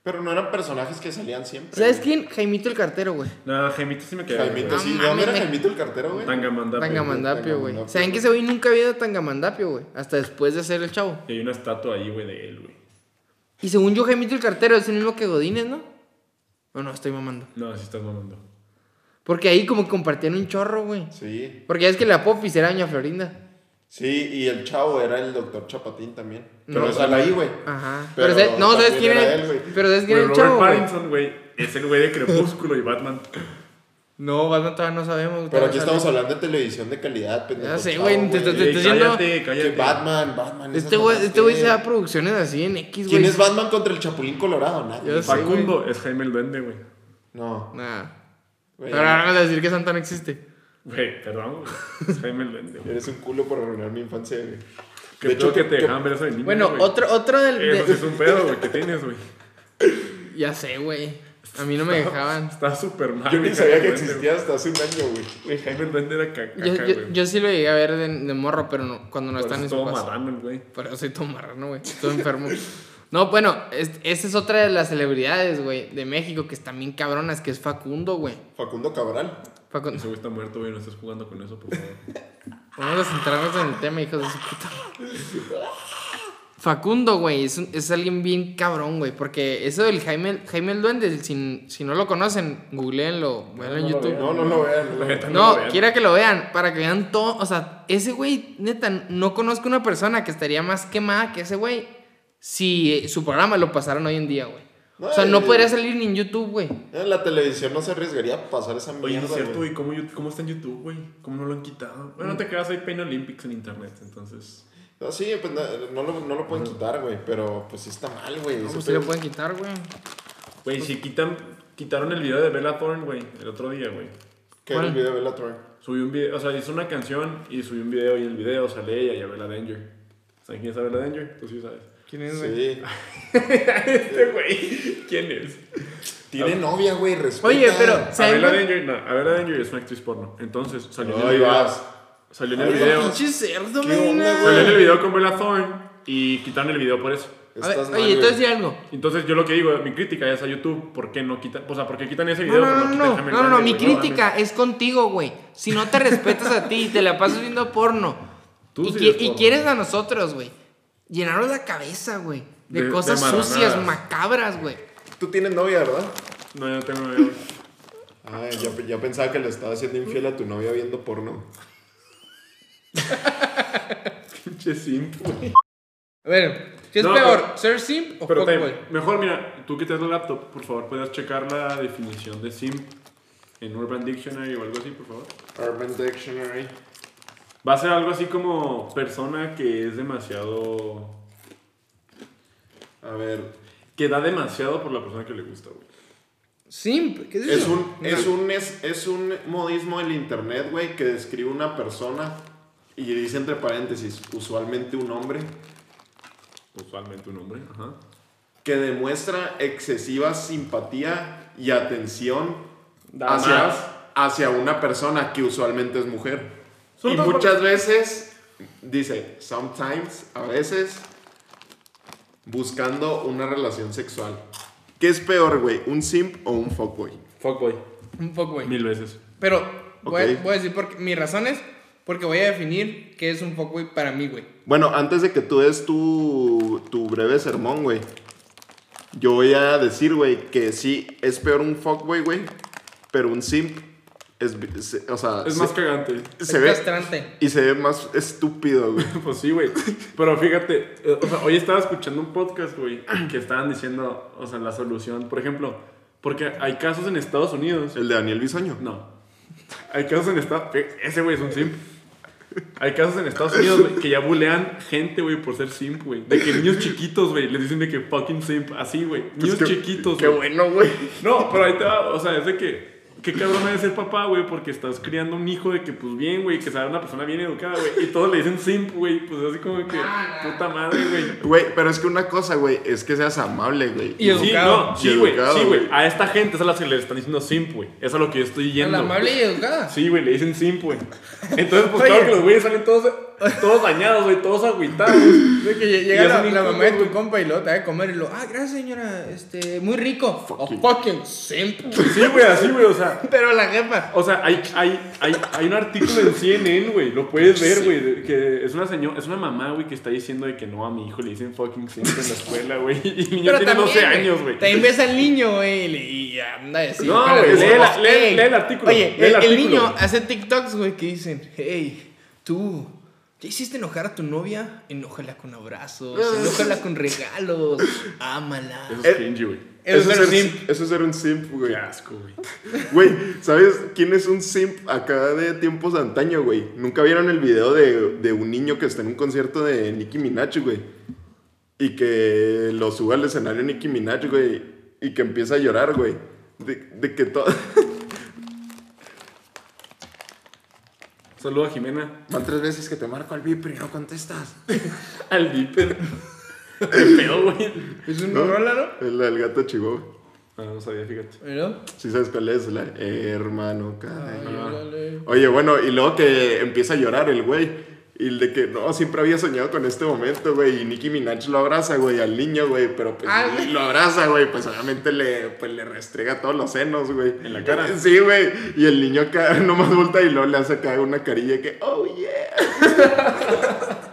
Speaker 1: Pero no eran personajes que salían siempre.
Speaker 3: ¿Sabes
Speaker 1: güey.
Speaker 3: quién? Jaimito el cartero, güey.
Speaker 2: No, Jaimito sí me quedé.
Speaker 1: Jaimito,
Speaker 3: No
Speaker 1: sí. ¿De
Speaker 3: mames,
Speaker 1: dónde era
Speaker 3: me-
Speaker 1: Jaimito el cartero, güey?
Speaker 2: Tangamandapio.
Speaker 3: Tangamandapio, güey.
Speaker 1: Tangamandapio,
Speaker 3: ¿Saben que
Speaker 1: güey.
Speaker 3: ese güey nunca había ido a Tangamandapio, güey? Hasta después de hacer el chavo.
Speaker 2: Y hay una estatua ahí, güey, de él, güey.
Speaker 3: Y según yo, Jaimito el cartero es el mismo que Godínez, ¿no? No, no, estoy mamando.
Speaker 2: No, sí estás mamando.
Speaker 3: Porque ahí como que compartían un chorro, güey.
Speaker 1: Sí.
Speaker 3: Porque ya es que la Popis era Doña Florinda.
Speaker 1: Sí, y el Chavo era el doctor Chapatín también.
Speaker 3: No.
Speaker 1: Pero es al ahí, güey.
Speaker 3: Ajá. Pero,
Speaker 1: Pero
Speaker 3: ¿sabes- no, ¿sabes
Speaker 1: también
Speaker 3: quién
Speaker 1: era
Speaker 3: era?
Speaker 1: él, güey.
Speaker 3: pero ¿sabes quién
Speaker 2: Güey,
Speaker 3: era el
Speaker 2: Robert
Speaker 3: chavo, güey?
Speaker 2: Pattinson, güey, es el güey de Crepúsculo y Batman.
Speaker 3: No, Batman todavía no sabemos.
Speaker 1: Pero
Speaker 3: todavía
Speaker 1: aquí
Speaker 3: no
Speaker 1: estamos
Speaker 3: sabemos.
Speaker 1: hablando de televisión de calidad, pendejo.
Speaker 3: Ya sé,
Speaker 1: Chavo,
Speaker 3: güey, te- te- te-
Speaker 1: Que
Speaker 2: Ey,
Speaker 3: estoy
Speaker 2: cállate, cállate.
Speaker 1: Batman, Batman.
Speaker 3: Este
Speaker 1: esas
Speaker 3: güey
Speaker 1: mamás
Speaker 3: este güey
Speaker 1: que-
Speaker 3: se da producciones así en X, güey.
Speaker 1: ¿Quién es Batman contra el Chapulín Colorado? Nadie.
Speaker 3: Ya sé.
Speaker 2: Facundo es Jaime el Duende, güey.
Speaker 1: No.
Speaker 3: Nah.
Speaker 1: güey,
Speaker 3: Pero ahora vamos a decir que Santa no existe.
Speaker 2: Güey, perdón, güey. Es Jaime el Duende, güey.
Speaker 1: Eres un culo por arruinar mi infancia, güey.
Speaker 2: Que hecho, que te dejaban ver eso de niño,
Speaker 3: Bueno,
Speaker 2: güey. Eh,
Speaker 3: otro, otro del...
Speaker 2: Eso sí
Speaker 3: de-
Speaker 2: es un pedo, güey, que tienes, güey.
Speaker 3: Ya sé, güey. A mí no me dejaban.
Speaker 2: Está súper mal.
Speaker 1: Yo
Speaker 2: güey,
Speaker 1: ni sabía
Speaker 2: Jaime
Speaker 1: que
Speaker 2: el Duende,
Speaker 1: existía hasta hace un año, güey.
Speaker 2: Güey, Güey, Jaime el Duende era caca,
Speaker 3: Yo,
Speaker 2: güey.
Speaker 3: yo, yo sí lo llegué a ver de, de morro, pero no- cuando no
Speaker 2: Por
Speaker 3: están
Speaker 2: eso
Speaker 3: en su
Speaker 2: todo
Speaker 3: paso.
Speaker 2: marrano el güey.
Speaker 3: Por eso soy todo marrano, güey. Todo enfermo. No, bueno, es- esa es otra de las celebridades, güey, de México que están bien cabronas, que es Facundo, güey.
Speaker 1: Facundo Cabral.
Speaker 3: Facundo.
Speaker 2: Ese güey está muerto, güey, no estés jugando con eso, por favor.
Speaker 3: Vamos a centrarnos en el tema, hijos de su puta. madre. Facundo, güey, es, un- es alguien bien cabrón, güey, porque eso del Jaime, Jaime el Duende, si, si no lo conocen, googleenlo, véanlo en
Speaker 2: no lo
Speaker 3: YouTube.
Speaker 2: vean.
Speaker 1: No, no lo vean. no lo vean.
Speaker 2: No lo
Speaker 3: No,
Speaker 2: vean.
Speaker 3: quiera que lo vean, para que vean todo. O sea, ese güey, neta, no conozco una persona que estaría más quemada que ese güey si eh, su programa lo pasaran hoy en día, güey. O sea, no
Speaker 1: Ay.
Speaker 3: podría salir ni en YouTube, güey.
Speaker 1: En la televisión no se arriesgaría a pasar esa mierda.
Speaker 2: Oye, es cierto,
Speaker 1: güey.
Speaker 2: güey, ¿cómo, yo- ¿cómo está en YouTube, güey? ¿Cómo no lo han quitado? Bueno, no te creas, hay Pain Olympics en internet, entonces...
Speaker 1: No, sí, pues no, no lo, no lo pueden quitar, güey. Pero pues sí está mal, güey.
Speaker 3: ¿Cómo
Speaker 1: Ese
Speaker 3: se lo
Speaker 1: pedo-
Speaker 3: pueden quitar, güey?
Speaker 2: Güey, si quitan, quitaron el video de Bella Thorne, güey, el otro día, güey.
Speaker 1: ¿Qué era el
Speaker 3: ¿Cuál?
Speaker 1: video de Bellator?
Speaker 2: Subió un video, o sea, hizo una canción y subió un video y en el video sale ella y a Bella Danger. ¿Saben quién es a Bella Danger? Tú sí sabes.
Speaker 3: ¿Quién es, güey?
Speaker 1: Sí.
Speaker 2: Este güey, ¿quién es?
Speaker 1: Tiene novia, güey. Respeta.
Speaker 3: Oye, pero,
Speaker 2: A Bella
Speaker 3: ¿sabes?
Speaker 2: Danger, no, a Bella Danger es una actriz porno. Entonces, salió en el
Speaker 1: Ahí
Speaker 2: video.
Speaker 1: vas.
Speaker 2: Salió en el
Speaker 1: Ahí
Speaker 2: video.
Speaker 3: Pinche cerdo,
Speaker 1: ¿Qué
Speaker 3: Medina.
Speaker 1: onda, güey?
Speaker 2: Salió en el video con Bella Thorne y quitaron el video por eso.
Speaker 3: A ver,
Speaker 1: Estás mal,
Speaker 3: Oye,
Speaker 1: güey.
Speaker 3: entonces di algo.
Speaker 2: Entonces yo lo que digo, mi crítica es a YouTube, ¿por qué no quitan? O sea, ¿por qué quitan ese
Speaker 3: No,
Speaker 2: video?
Speaker 3: no,
Speaker 2: pero
Speaker 3: no,
Speaker 2: quitan
Speaker 3: no,
Speaker 2: Jaime
Speaker 3: no, no,
Speaker 2: Hernández,
Speaker 3: mi
Speaker 2: güey? No
Speaker 3: crítica
Speaker 2: mames.
Speaker 3: es contigo, güey. Si no te respetas a ti y te la pasas viendo porno
Speaker 2: Tú
Speaker 3: y,
Speaker 2: sí
Speaker 3: qui-
Speaker 2: ves
Speaker 3: y
Speaker 2: porno.
Speaker 3: quieres a nosotros, güey, llenaros la cabeza, güey, de,
Speaker 2: De- de
Speaker 3: cosas
Speaker 2: marranadas.
Speaker 3: sucias, macabras, güey.
Speaker 1: Tú tienes novia, ¿verdad?
Speaker 2: No, yo no tengo novia.
Speaker 1: Ay, yo, yo pensaba que le estaba haciendo infiel a tu novia viendo porno.
Speaker 2: Pinche simp, güey.
Speaker 3: Bueno, ¿Qué es
Speaker 2: No,
Speaker 3: peor?
Speaker 2: pero-
Speaker 3: ¿Ser simp o
Speaker 2: Pero te-
Speaker 3: fuckboy?
Speaker 2: mejor, mira, tú que te das la laptop, por favor, puedes checar la definición de simp en Urban Dictionary o algo así, por favor.
Speaker 1: Urban Dictionary.
Speaker 2: Va a ser algo así como persona que es demasiado.
Speaker 1: A ver.
Speaker 2: que da demasiado por la persona que le gusta, güey.
Speaker 3: Simp, ¿qué es eso?
Speaker 1: Es un,
Speaker 3: No.
Speaker 1: es un, es, es un modismo del internet, güey, que describe una persona y dice entre paréntesis, usualmente un hombre,
Speaker 2: Usualmente un hombre, ajá.
Speaker 1: que demuestra excesiva simpatía y atención
Speaker 2: Da
Speaker 1: hacia,
Speaker 2: más.
Speaker 1: hacia una persona que usualmente es mujer.
Speaker 2: Son
Speaker 1: Y
Speaker 2: dos
Speaker 1: muchas veces dice, sometimes, a veces, buscando una relación sexual. ¿Qué es peor, güey? ¿Un simp o un fuckboy?
Speaker 2: Fuckboy.
Speaker 3: Un fuckboy.
Speaker 2: Mil veces.
Speaker 3: Pero voy, a-
Speaker 1: Ok.
Speaker 3: voy a decir porque mi razón es porque voy a definir qué es un fuckboy para mí, güey.
Speaker 1: Bueno, antes de que tú des tu, tu breve sermón, güey, yo voy a decir, güey, que sí es peor un fuckboy, güey, pero un simp es, vi- se- o sea,
Speaker 2: Es
Speaker 1: se,
Speaker 2: más cagante.
Speaker 1: se
Speaker 3: es
Speaker 1: ve
Speaker 3: castrante.
Speaker 1: y se ve más estúpido, güey.
Speaker 2: Pues sí, güey. Pero fíjate, eh, o sea, hoy estaba escuchando un podcast, güey, que estaban diciendo, o sea, la solución. Por ejemplo, porque hay casos en Estados Unidos.
Speaker 1: El de Daniel Bisoño.
Speaker 2: No. Hay casos en Estados Ese güey es un simp. Hay casos en Estados Unidos, güey, que ya bulean gente, güey, por ser simp, güey. De que niños chiquitos, güey, les dicen de que fucking simp. Así, güey. Niños
Speaker 1: qué- Pues
Speaker 2: chiquitos,
Speaker 1: Qué
Speaker 2: güey.
Speaker 1: bueno, güey.
Speaker 2: No, pero ahí te va, o sea, es de que. Qué cabrón ha de ser papá, güey, porque estás criando un hijo de que, pues bien, güey, que sea una persona bien educada, güey. Y todos le dicen simp, güey. Pues así como que, puta madre, güey.
Speaker 1: Güey, pero es que una cosa, güey, es que seas amable, güey.
Speaker 3: Y
Speaker 2: Sí,
Speaker 3: educado.
Speaker 2: no,
Speaker 1: Y
Speaker 2: sí, güey,
Speaker 1: educado,
Speaker 2: sí, güey.
Speaker 1: güey.
Speaker 2: A esta gente es a la que le están diciendo simp, güey. Es a lo que yo estoy
Speaker 3: A
Speaker 2: yendo.
Speaker 3: la
Speaker 2: güey.
Speaker 3: amable y educada.
Speaker 2: Sí, güey, le dicen simp, güey. Entonces, pues claro
Speaker 3: Oye.
Speaker 2: que los güeyes salen todos, todos dañados, güey, todos agüitados.
Speaker 3: De que lle-
Speaker 2: Y
Speaker 3: llega la,
Speaker 2: hacen
Speaker 3: la
Speaker 2: un
Speaker 3: mamá de tu
Speaker 2: combo,
Speaker 3: compa y luego te va a comer y lo, ah, gracias señora, este, muy rico.
Speaker 1: Fucking.
Speaker 3: Oh, fucking simp.
Speaker 2: Sí, güey, así, güey, o sea.
Speaker 3: Pero la jefa.
Speaker 2: O sea, hay, hay, hay, hay un artículo en CNN, güey, lo puedes ver, güey, de- que es una señora, es una mamá, güey, que está diciendo de que no, a mi hijo le dicen fucking simp en la escuela, güey, y el niño
Speaker 3: Pero
Speaker 2: tiene
Speaker 3: también,
Speaker 2: 12
Speaker 3: güey,
Speaker 2: años, güey.
Speaker 3: También ves al niño, güey, y le- y anda a decir.
Speaker 2: No,
Speaker 3: para
Speaker 2: güey,
Speaker 3: los
Speaker 2: lee la-
Speaker 3: ojos,
Speaker 2: lee-
Speaker 3: "Hey".
Speaker 2: lee el artículo,
Speaker 3: Oye,
Speaker 2: lee el
Speaker 3: el, el
Speaker 2: artículo.
Speaker 3: niño hace TikToks, güey, que dicen, hey, tú, ¿ya hiciste enojar a tu novia? Enójala con abrazos, enójala con regalos, ámala.
Speaker 2: Eso es cringy, güey.
Speaker 1: Eso
Speaker 3: Eso
Speaker 1: es,
Speaker 3: es
Speaker 1: ser
Speaker 3: simp.
Speaker 1: simp. eso es ser un simp, güey.
Speaker 2: Qué asco, güey.
Speaker 1: Güey, ¿sabes quién es un simp acá de tiempos de antaño, güey? Nunca vieron el video de, de un niño que está en un concierto de Nicki Minaj, güey. Y que lo sube al escenario Nicki Minaj, güey. Y que empieza a llorar, güey. De, de que todo.
Speaker 2: Saludo a Jimena,
Speaker 1: Van tres veces que te marco al VIP y no contestas.
Speaker 2: al viper. Qué pedo, güey.
Speaker 3: Es un
Speaker 1: ¿No?
Speaker 3: rola, ¿no?
Speaker 1: El, el gato chihuahua.
Speaker 2: Ah, no sabía, fíjate.
Speaker 3: ¿No?
Speaker 1: Sí sabes cuál es, la hermano cada
Speaker 3: Ay, órale.
Speaker 1: Oye, bueno, y luego que empieza a llorar el güey. Y el de que, no, siempre había soñado con este momento, güey. Y Nicki Minaj lo abraza, güey, al niño, güey. Pero pues
Speaker 3: Ah,
Speaker 1: y lo abraza, güey. Pues obviamente le, pues, le restrega todos los senos, güey.
Speaker 2: En la cara.
Speaker 1: Sí, güey. Y el niño acá nomás vuelta y luego le hace acá una carilla que, oh, yeah.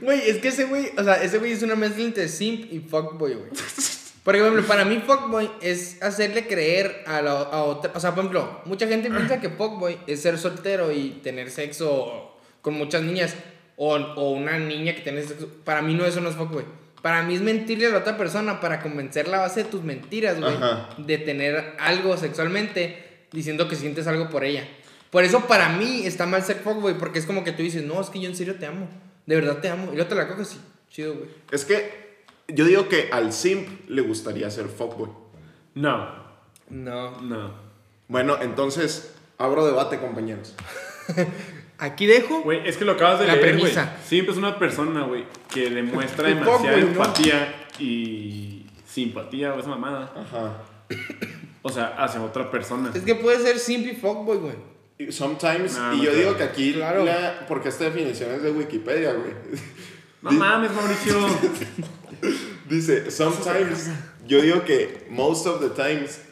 Speaker 3: Güey, es que ese güey, o sea, ese güey es una mezcla entre simp y fuckboy, güey. Por ejemplo, para mí fuckboy es hacerle creer a, la, a otra... O sea, por ejemplo, mucha gente piensa que fuckboy es ser soltero y tener sexo con muchas niñas. O, o una niña que tiene sexo. Para mí no, eso no es fuckboy. Para mí es mentirle a la otra persona para convencerla a base de tus mentiras, güey.
Speaker 1: Ajá.
Speaker 3: De tener algo sexualmente diciendo que sientes algo por ella. Por eso para mí está mal ser fuckboy porque es como que tú dices, no, es que yo en serio te amo. De verdad te amo. Y luego te la coges sí. Chido, güey.
Speaker 1: Es que yo digo que al simp le gustaría ser fuckboy.
Speaker 2: No,
Speaker 3: No.
Speaker 2: no.
Speaker 1: Bueno, entonces, abro debate, compañeros.
Speaker 3: Aquí dejo.
Speaker 2: Güey, es que lo acabas de
Speaker 3: La
Speaker 2: leer, güey.
Speaker 3: premisa.
Speaker 2: Simp es una persona, güey, que demuestra
Speaker 3: Y fuckboy,
Speaker 2: demasiada
Speaker 3: ¿no?
Speaker 2: empatía y simpatía o esa mamada.
Speaker 1: Ajá.
Speaker 2: O sea, hacia otra persona.
Speaker 3: Es que puede ser simp y fuckboy, güey.
Speaker 1: Sometimes,
Speaker 2: No,
Speaker 1: y
Speaker 2: no
Speaker 1: yo
Speaker 2: creo.
Speaker 1: digo que aquí,
Speaker 3: Claro.
Speaker 1: la- porque esta definición es de Wikipedia, güey.
Speaker 2: No mames, Mauricio.
Speaker 1: Dice, sometimes, yo digo que most of the times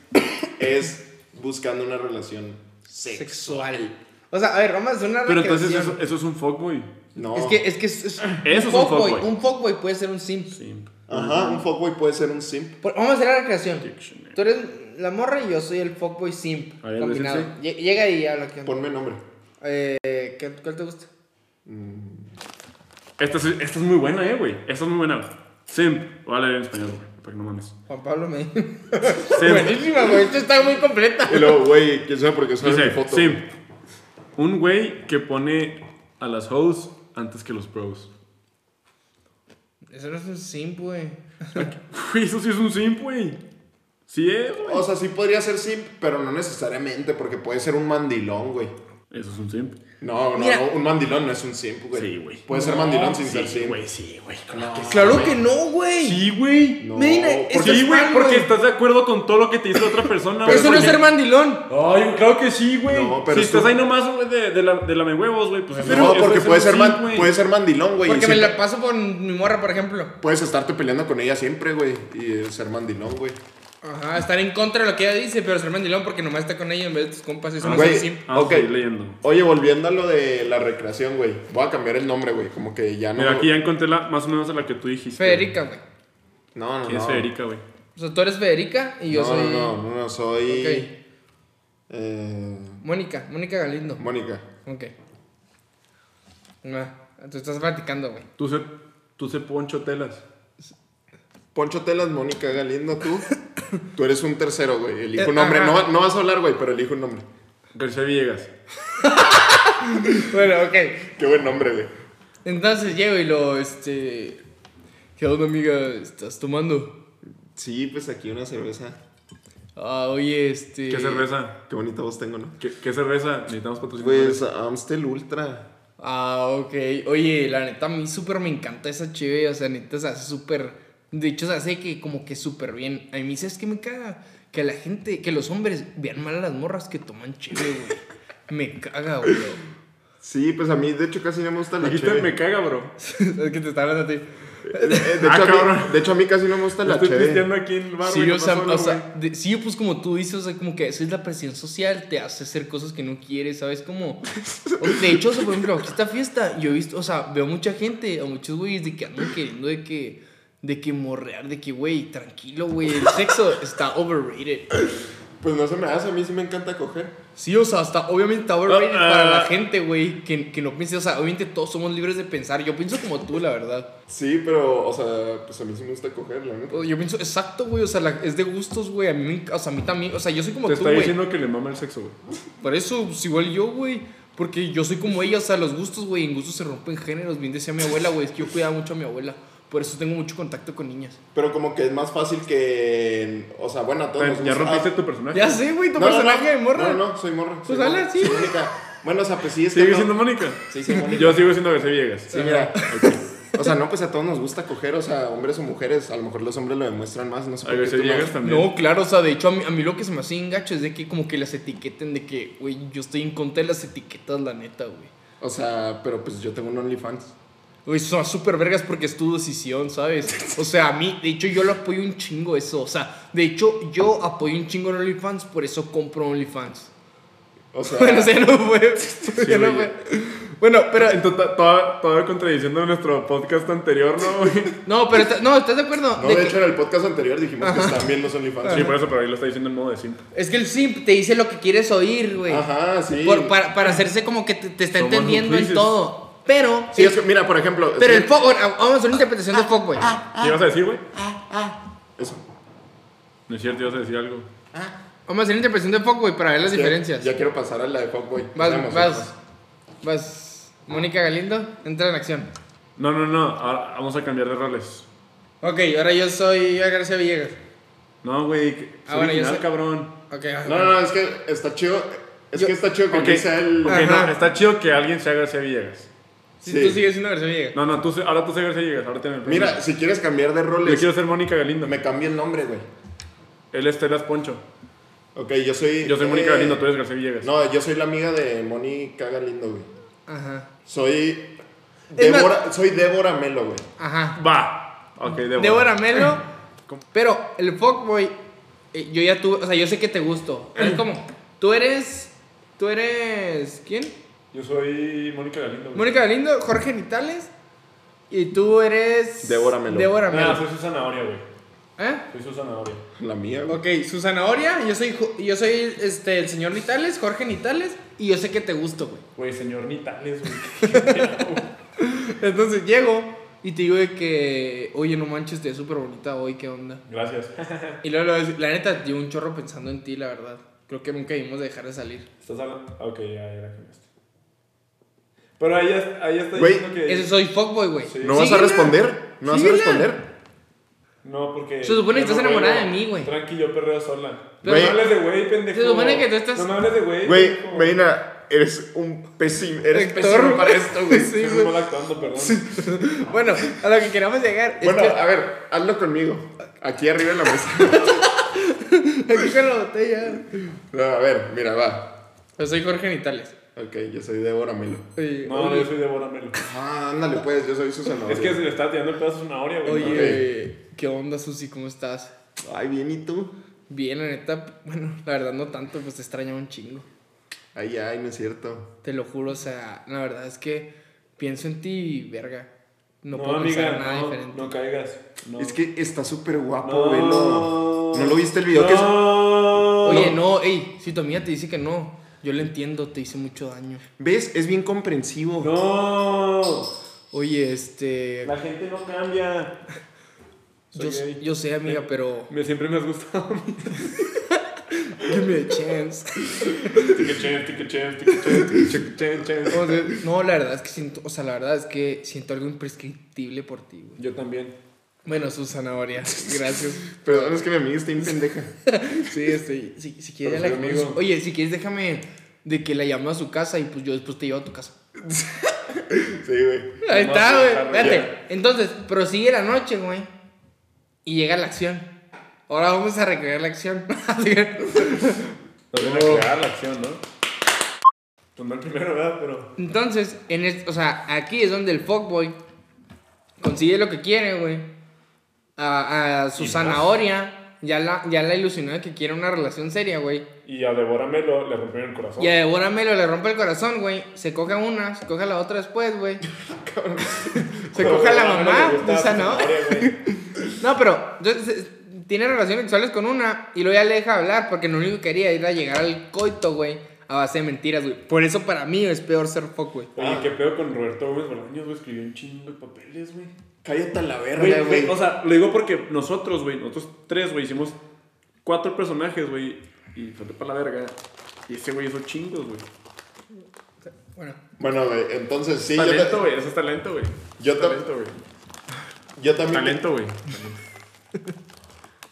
Speaker 1: es buscando una relación sexual.
Speaker 3: Sexual. O sea, a ver, vamos a hacer una
Speaker 2: Pero entonces
Speaker 3: recreación.
Speaker 2: eso, eso es un fuckboy.
Speaker 1: No.
Speaker 3: Es que es que es, es-
Speaker 2: es un fuckboy.
Speaker 3: Un fuckboy puede ser un simp.
Speaker 2: Simp.
Speaker 1: Ajá, un fuckboy puede ser un simp.
Speaker 3: Por- vamos a hacer la recreación.
Speaker 2: Dictionary.
Speaker 3: Tú eres la morra y yo soy el fuckboy simp.
Speaker 2: A ver,
Speaker 3: combinado.
Speaker 2: ves
Speaker 3: Lle- Llega y habla. ¿qué onda?
Speaker 1: Ponme nombre.
Speaker 3: Eh, ¿qué- ¿Cuál te gusta?
Speaker 2: Esta es, esta es muy buena, eh, güey. Esta es muy buena. Simp. Vale, en español, güey. Para que no mames.
Speaker 3: Juan Pablo me
Speaker 2: Simp.
Speaker 3: Buenísima, güey. Esto está muy completa.
Speaker 1: Y luego, güey, quién sabe por qué sale mi
Speaker 2: Dice,
Speaker 1: foto.
Speaker 2: simp. Un güey que pone a las hoes antes que los pros.
Speaker 3: Eso no es un simp, güey.
Speaker 2: Güey, eso sí es un simp, güey. Sí es, güey.
Speaker 1: O sea, sí podría ser simp, pero no necesariamente, porque puede ser un mandilón, güey.
Speaker 2: Eso es un simp.
Speaker 1: No, no,
Speaker 3: Mira.
Speaker 1: no, un mandilón no es un simp, güey.
Speaker 2: Sí, güey.
Speaker 1: Puede ser mandilón sin ser
Speaker 2: Sí,
Speaker 1: simp.
Speaker 2: güey, sí, güey.
Speaker 1: No.
Speaker 3: Claro que no, güey.
Speaker 2: Sí, güey.
Speaker 1: No,
Speaker 3: Medina,
Speaker 1: porque-
Speaker 3: esto
Speaker 2: Sí,
Speaker 3: es
Speaker 2: güey,
Speaker 3: mal,
Speaker 2: porque
Speaker 3: güey.
Speaker 2: estás de acuerdo con todo lo que te hizo otra persona,
Speaker 3: Eso no es ser mandilón.
Speaker 2: Ay, claro que sí, güey.
Speaker 1: No, pero
Speaker 2: si
Speaker 1: esto-
Speaker 2: estás ahí nomás güey, de, de, la, de lamehuevos, güey, pues eso-
Speaker 1: no,
Speaker 2: eso
Speaker 1: porque
Speaker 2: es
Speaker 1: puede
Speaker 2: un
Speaker 1: ser,
Speaker 2: simp,
Speaker 1: man-
Speaker 2: güey.
Speaker 1: puede ser mandilón, güey. y
Speaker 3: Porque me
Speaker 1: siempre-
Speaker 3: la paso con mi morra, por ejemplo.
Speaker 1: Puedes estarte peleando con ella siempre, güey. Y eh, ser mandilón, güey.
Speaker 3: Ajá, estar en contra de lo que ella dice, pero ser mandilón porque nomás está con ella en vez de tus compas. Eso no
Speaker 1: Güey,
Speaker 3: es simp.
Speaker 2: Ah,
Speaker 1: ok.
Speaker 2: estoy leyendo.
Speaker 1: Oye, volviendo a lo de la recreación, güey. Voy a cambiar el nombre, güey. Como que ya no.
Speaker 2: Mira, aquí ya encontré la, más o menos a la que tú dijiste.
Speaker 3: Federica, güey.
Speaker 1: No, no,
Speaker 2: ¿Quién
Speaker 1: no.
Speaker 2: es Federica, güey?
Speaker 3: O sea, tú eres Federica y yo
Speaker 1: no,
Speaker 3: soy.
Speaker 1: no, no, no, no, soy.
Speaker 3: Ok.
Speaker 1: eh,
Speaker 3: Mónica, Mónica Galindo.
Speaker 1: Mónica.
Speaker 3: Ok. Ah, tú estás platicando, güey.
Speaker 2: Tú se, tú se poncho telas.
Speaker 1: Poncho Telas, Mónica Galindo, tú. tú eres un tercero, güey. Elige
Speaker 3: Eh,
Speaker 1: un nombre.
Speaker 3: ajá.
Speaker 1: No, va- no vas a hablar, güey, pero elige un nombre.
Speaker 2: García Villegas.
Speaker 3: Bueno, ok.
Speaker 1: Qué buen nombre, güey.
Speaker 3: Entonces llego y lo, este... ¿Qué onda, amiga? ¿Estás tomando?
Speaker 1: Sí, pues aquí una cerveza.
Speaker 3: Ah, oye, este...
Speaker 2: ¿Qué cerveza?
Speaker 1: Qué bonita voz tengo, ¿no?
Speaker 2: ¿Qué, qué cerveza? Necesitamos patrocinadores.
Speaker 1: Pues Amstel Ultra.
Speaker 3: Ah, ok. Oye, la neta, a mí súper me encanta esa chive. O sea, neta, se hace súper... De hecho, se hace que como que súper bien. A mí, ¿sabes qué me caga? Que la gente, que los hombres vean mal a las morras que toman chive, güey. me caga, güey.
Speaker 1: Sí, pues a mí, de hecho, casi no me gusta la
Speaker 2: Dijiste,
Speaker 1: cheve.
Speaker 2: me caga, bro.
Speaker 3: es que te está hablando a ti.
Speaker 1: Eh, De,
Speaker 2: Ah,
Speaker 1: hecho, a mí,
Speaker 2: cabrón.
Speaker 1: de hecho, a mí casi no me gusta la
Speaker 2: Estoy pisteando
Speaker 1: cheve.
Speaker 2: aquí en el bar,
Speaker 3: Sí,
Speaker 2: güey,
Speaker 3: o
Speaker 2: nomás
Speaker 3: sea,
Speaker 2: solo,
Speaker 3: o
Speaker 2: güey.
Speaker 3: sea de- sí, pues como tú dices, o sea, como que eso es la presión social, te hace hacer cosas que no quieres, ¿sabes? Como, o- de hecho, o sea, por ejemplo, aquí esta fiesta, yo he visto, o sea, veo mucha gente, a muchos güeyes de que andan queriendo de que, de que morrear, de que, güey, tranquilo, güey, el sexo está overrated.
Speaker 1: Pues no se me hace, a mí sí me encanta coger.
Speaker 3: Sí, o sea, hasta obviamente está overrated
Speaker 2: Ah, ah.
Speaker 3: para la gente, güey, que, que no piense, o sea, obviamente todos somos libres de pensar, yo pienso como tú, la verdad.
Speaker 1: Sí, pero, o sea, pues a mí sí me gusta coger, la neta.
Speaker 3: O- Yo pienso, exacto, güey, o sea, la- es de gustos, güey, a mí, me enc- o sea, a mí también, o sea, yo soy como
Speaker 2: Te
Speaker 3: tú,
Speaker 2: está
Speaker 3: güey.
Speaker 2: diciendo que le mama el sexo, güey.
Speaker 3: Por eso, pues igual yo, güey. Porque yo soy como ella, o sea, los gustos, güey. En gustos se rompen géneros. Bien decía mi abuela, güey. Es que yo cuidaba mucho a mi abuela. Por eso tengo mucho contacto con niñas.
Speaker 1: Pero como que es más fácil que. O sea, bueno, a todos. nos
Speaker 2: Ya
Speaker 1: gusta-
Speaker 2: rompiste
Speaker 1: Ah,
Speaker 2: tu personaje.
Speaker 3: Ya sé, güey, tu personaje de morra.
Speaker 1: No, no, no, soy morra.
Speaker 3: Pues
Speaker 1: soy
Speaker 3: dale,
Speaker 1: morra,
Speaker 3: sí.
Speaker 1: soy Mónica. Bueno, o sea, pues sí, es
Speaker 2: ¿Sigue
Speaker 1: que. no-
Speaker 2: siendo Mónica?
Speaker 1: Sí, soy Mónica.
Speaker 2: Yo sigo siendo García Villegas.
Speaker 1: Sí, mira. O sea, no, pues a todos nos gusta coger, o sea, hombres o mujeres. A lo mejor los hombres lo demuestran más, no sé
Speaker 2: A
Speaker 1: por qué. tú
Speaker 2: García
Speaker 1: no.
Speaker 2: Villegas también.
Speaker 3: No, claro, o sea, de hecho, a mí, a mí lo que se me hace engacho es de que como que las etiqueten de que, güey, yo estoy en contra de las etiquetas, la neta, güey.
Speaker 1: O sea, pero pues yo tengo un OnlyFans.
Speaker 3: Güey, son súper vergas porque es tu decisión, ¿sabes? O sea, a mí, de hecho, yo lo apoyo un chingo eso. O sea, de hecho, yo apoyo un chingo en OnlyFans, por eso compro OnlyFans.
Speaker 1: O sea,
Speaker 3: Bueno, o sea, no fue. ya no
Speaker 2: güey.
Speaker 3: fue. Bueno, pero.
Speaker 2: En total, toda, toda contradiciendo nuestro podcast anterior, ¿no, güey? Sí,
Speaker 3: No, pero está- no, ¿estás de acuerdo?
Speaker 1: no,
Speaker 3: De
Speaker 1: de
Speaker 3: que-
Speaker 1: hecho en el podcast anterior dijimos que están bien los OnlyFans.
Speaker 2: por eso, pero ahí lo está diciendo en modo de simp.
Speaker 3: Es que el simp te dice lo que quieres oír, güey.
Speaker 1: Ajá, sí.
Speaker 3: Por- para, para hacerse como que te, te está
Speaker 2: Somos
Speaker 3: entendiendo en
Speaker 2: cómplices.
Speaker 3: todo. Pero.
Speaker 1: Sí, es que, mira, por ejemplo.
Speaker 3: Pero
Speaker 1: sí,
Speaker 3: el fuck, bueno, vamos a hacer una interpretación de fuck, güey.
Speaker 2: ¿Qué ibas a decir, güey?
Speaker 1: Eso.
Speaker 2: No es cierto, ibas a decir algo.
Speaker 3: Vamos a hacer una interpretación de fuck, güey, para ver las
Speaker 1: Ya-
Speaker 3: diferencias.
Speaker 1: Ya, quiero pasar a la de Fuckboy.
Speaker 3: vas,
Speaker 1: Vamos,
Speaker 3: vas. Vas. Mónica Galindo, entra en acción.
Speaker 2: No, no, no. ahora vamos a cambiar de roles.
Speaker 3: Ok, ahora yo soy García Villegas.
Speaker 2: No, güey. que-
Speaker 3: Ah,
Speaker 2: soy
Speaker 3: bueno, yo
Speaker 2: original,
Speaker 3: sé.
Speaker 2: cabrón.
Speaker 3: Ok, ah,
Speaker 1: No, no, no, es que está chido. Es que está chido que
Speaker 2: Ok,
Speaker 1: okay. sea el.
Speaker 2: ok,
Speaker 3: Ajá.
Speaker 2: no, está chido que alguien sea García Villegas.
Speaker 3: Si
Speaker 1: sí.
Speaker 3: tú sigues siendo García Villegas.
Speaker 2: No, no, tú, se- ahora tú sé García Villegas. Ahora te me
Speaker 1: Mira, si quieres cambiar de
Speaker 2: yo
Speaker 1: roles,
Speaker 2: quiero ser Mónica Galindo.
Speaker 1: me cambié el nombre, güey.
Speaker 2: Él es Telas Poncho.
Speaker 1: Ok, yo soy.
Speaker 2: Yo soy Mónica
Speaker 1: eh,
Speaker 2: Galindo, tú eres García Villegas.
Speaker 1: No, yo soy la amiga de Mónica Galindo, güey.
Speaker 3: Ajá.
Speaker 1: Soy.
Speaker 3: Es más-
Speaker 1: Débora, soy Débora Melo, güey.
Speaker 3: Ajá.
Speaker 2: Va. Ok, Débora.
Speaker 3: Débora Melo.
Speaker 2: ¿Cómo?
Speaker 3: Pero el fuckboy, eh, yo ya tuve, o sea, yo sé que te gusto. Es como, tú eres, tú eres, ¿quién?
Speaker 2: Yo soy Mónica Galindo. güey.
Speaker 3: Mónica Galindo, Jorge Nitales. Y tú eres...
Speaker 1: Débora Melo.
Speaker 3: Débora
Speaker 2: Ah,
Speaker 3: Melo.
Speaker 2: soy su zanahoria, güey.
Speaker 3: ¿Eh?
Speaker 2: Soy su zanahoria.
Speaker 1: La mía, güey.
Speaker 3: Ok, Susana Oria, yo soy, Ju- yo soy este, el señor Nitales, Jorge Nitales, y yo sé que te gusto, güey.
Speaker 2: Güey, señor Nitales, güey.
Speaker 3: Entonces llego y te digo de que, oye, no manches, te ves súper bonita hoy, ¿qué onda?
Speaker 2: Gracias.
Speaker 3: Y luego, le voy a decir, la neta, llevo un chorro pensando en ti, la verdad. Creo que nunca debimos de dejar de salir.
Speaker 2: Estás hablando. Ah, Ok, ya, ya la cambiaste. Pero ahí, ya- ahí está
Speaker 1: Güey,
Speaker 2: diciendo que.
Speaker 3: Ese soy fuckboy, güey.
Speaker 2: Sí.
Speaker 1: ¿No vas a
Speaker 3: Síguela.
Speaker 1: responder? ¿No vas a
Speaker 3: Síguela.
Speaker 1: responder?
Speaker 2: No, porque.
Speaker 3: Se supone que
Speaker 2: yo no
Speaker 3: estás enamorada
Speaker 2: vuelvo.
Speaker 3: de mí, güey.
Speaker 2: Tranqui, yo perreo sola.
Speaker 1: Pero-
Speaker 2: no me hables de güey, pendejo.
Speaker 3: Se supone que tú estás-
Speaker 2: No me hables de güey.
Speaker 1: Güey,
Speaker 2: pendejo.
Speaker 1: Medina, eres un pésimo. Eres
Speaker 3: Héctor,
Speaker 1: pésimo para
Speaker 3: güey.
Speaker 1: esto, güey.
Speaker 3: Sí,
Speaker 2: Estás
Speaker 3: güey.
Speaker 2: mal actuando, perdón.
Speaker 3: Bueno, a lo que queramos llegar es
Speaker 1: Bueno, ah.
Speaker 3: que
Speaker 1: a ver, hazlo conmigo. Aquí arriba en la mesa.
Speaker 3: aquí con la botella.
Speaker 1: No, a ver, mira, va.
Speaker 3: Yo soy Jorge Nitales.
Speaker 1: Ok, yo soy Débora Melo.
Speaker 3: Oye,
Speaker 2: No, no,
Speaker 3: oye,
Speaker 2: yo soy de Boramelo.
Speaker 1: Ah, ándale, pues, yo soy Susana.
Speaker 2: Es que se le estaba tirando el pedazo a una hora, güey.
Speaker 3: oye,
Speaker 2: ¿no?
Speaker 3: ¿qué onda, Susi? ¿Cómo estás?
Speaker 1: Ay, bien, ¿y tú?
Speaker 3: Bien, la neta. Bueno, la verdad no tanto, pues te extrañaba un chingo.
Speaker 1: Ay, ay, no es cierto.
Speaker 3: Te lo juro, o sea, la verdad es que pienso en ti y verga. No,
Speaker 2: No,
Speaker 3: puedo
Speaker 2: amiga,
Speaker 3: pensar en nada
Speaker 2: no,
Speaker 3: diferente.
Speaker 2: no caigas. No.
Speaker 1: Es que está súper guapo,
Speaker 2: no.
Speaker 1: velo. ¿No lo viste el video que es-
Speaker 2: No.
Speaker 3: Oye, no, ey, si tu amiga te dice que no, yo le entiendo, te hice mucho daño.
Speaker 1: ¿Ves? Es bien comprensivo.
Speaker 2: No.
Speaker 3: Oye, este.
Speaker 2: La gente no cambia.
Speaker 3: Yo,
Speaker 2: Soy gay.
Speaker 3: yo sé, amiga, pero.
Speaker 2: Me, siempre me has gustado.
Speaker 3: Give me a chance.
Speaker 2: Tique chen, tique chen, tique chen, tique chen, chen, chen.
Speaker 3: O sea, no, la verdad es que siento. O sea, la verdad es que siento algo imprescriptible por ti, güey.
Speaker 2: Yo también.
Speaker 3: Bueno, Susana Orias, gracias.
Speaker 1: Perdón, es que mi amiga está bien pendeja.
Speaker 3: Sí, este, si, si quieres
Speaker 2: Pero
Speaker 3: ya la
Speaker 2: soy amigo.
Speaker 3: Oye, si quieres déjame de que la llamo a su casa y pues yo después te llevo a tu casa.
Speaker 1: Sí, güey.
Speaker 3: Ahí
Speaker 2: No,
Speaker 3: está,
Speaker 2: sí,
Speaker 3: güey.
Speaker 2: claro,
Speaker 3: Espérate. Entonces, prosigue la noche, güey. Y llega la acción. Ahora vamos a recrear la acción. Así que-
Speaker 2: Nos van a crear la acción, ¿no? Pues no el primero, ¿verdad? Pero.
Speaker 3: Entonces, en es- o sea, aquí es donde el fuckboy consigue lo que quiere, güey. A, a su zanahoria ya la, ya la ilusionó de que quiere una relación seria, güey.
Speaker 2: Y a Devóramelo le rompieron el corazón.
Speaker 3: Y a Deborah Melo le rompe el corazón, güey. Se coge a una, se coge a la otra después, güey. se
Speaker 2: Pero
Speaker 3: coge a la
Speaker 2: Devóramelo
Speaker 3: mamá,
Speaker 2: le gustaba
Speaker 3: o sea,
Speaker 2: su
Speaker 3: ¿no?
Speaker 2: zanahoria, güey.
Speaker 3: No, pero entonces, se- tiene relaciones sexuales con una y luego ya le deja hablar porque lo único que quería era llegar al coito, güey, a base de mentiras, güey. Por eso para mí es peor ser fuck, güey.
Speaker 2: Oye, ¿qué pedo con Roberto Gómez Bolaños, güey? Escribió un chingo de papeles, güey.
Speaker 1: Cállate a la
Speaker 2: Güey,
Speaker 1: verga,
Speaker 2: güey,
Speaker 1: güey.
Speaker 2: o sea, lo digo porque nosotros, güey, nosotros tres, güey, hicimos cuatro personajes, güey, y falté para la verga. Y ese güey hizo chingos, güey.
Speaker 3: Bueno,
Speaker 1: Bueno, güey, entonces sí, yo,
Speaker 2: Talento,
Speaker 1: ta-
Speaker 2: güey, eso es talento, güey.
Speaker 1: Yo ta-
Speaker 2: talento, güey.
Speaker 1: yo también.
Speaker 2: Talento, güey.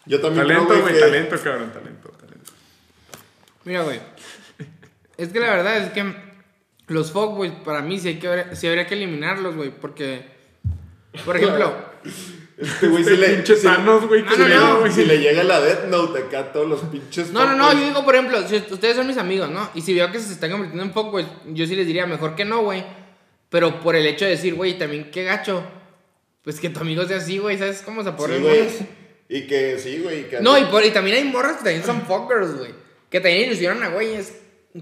Speaker 1: Yo también
Speaker 2: Talento,
Speaker 1: creo,
Speaker 2: güey,
Speaker 1: que-
Speaker 2: talento, cabrón, talento, talento.
Speaker 3: mira, güey. Es que la verdad es que los fuck, güey, para mí sí, hay que, sí habría que eliminarlos, güey, porque, por ejemplo,
Speaker 1: Este güey sí le.
Speaker 2: Pinche
Speaker 1: sí-
Speaker 2: Thanos, güey, que
Speaker 3: No,
Speaker 2: se
Speaker 3: no,
Speaker 1: si le-
Speaker 3: no,
Speaker 2: ve, güey.
Speaker 1: si le llega la Death Note acá a todos los pinches.
Speaker 3: No, no, no,
Speaker 1: fuckboys.
Speaker 3: yo digo, por ejemplo, si ustedes son mis amigos, ¿no? Y si veo que se están convirtiendo en fuckboys, yo sí les diría mejor que no, güey. Pero por el hecho de decir, güey, también qué gacho. Pues que tu amigo sea así, güey, ¿sabes cómo se
Speaker 1: Sí,
Speaker 3: ponen
Speaker 1: güey.
Speaker 3: morras?
Speaker 1: Y que sí, güey. que-
Speaker 3: No, y, por- y también hay morras que también son fuckers, güey. Que también ilusionan a güeyes.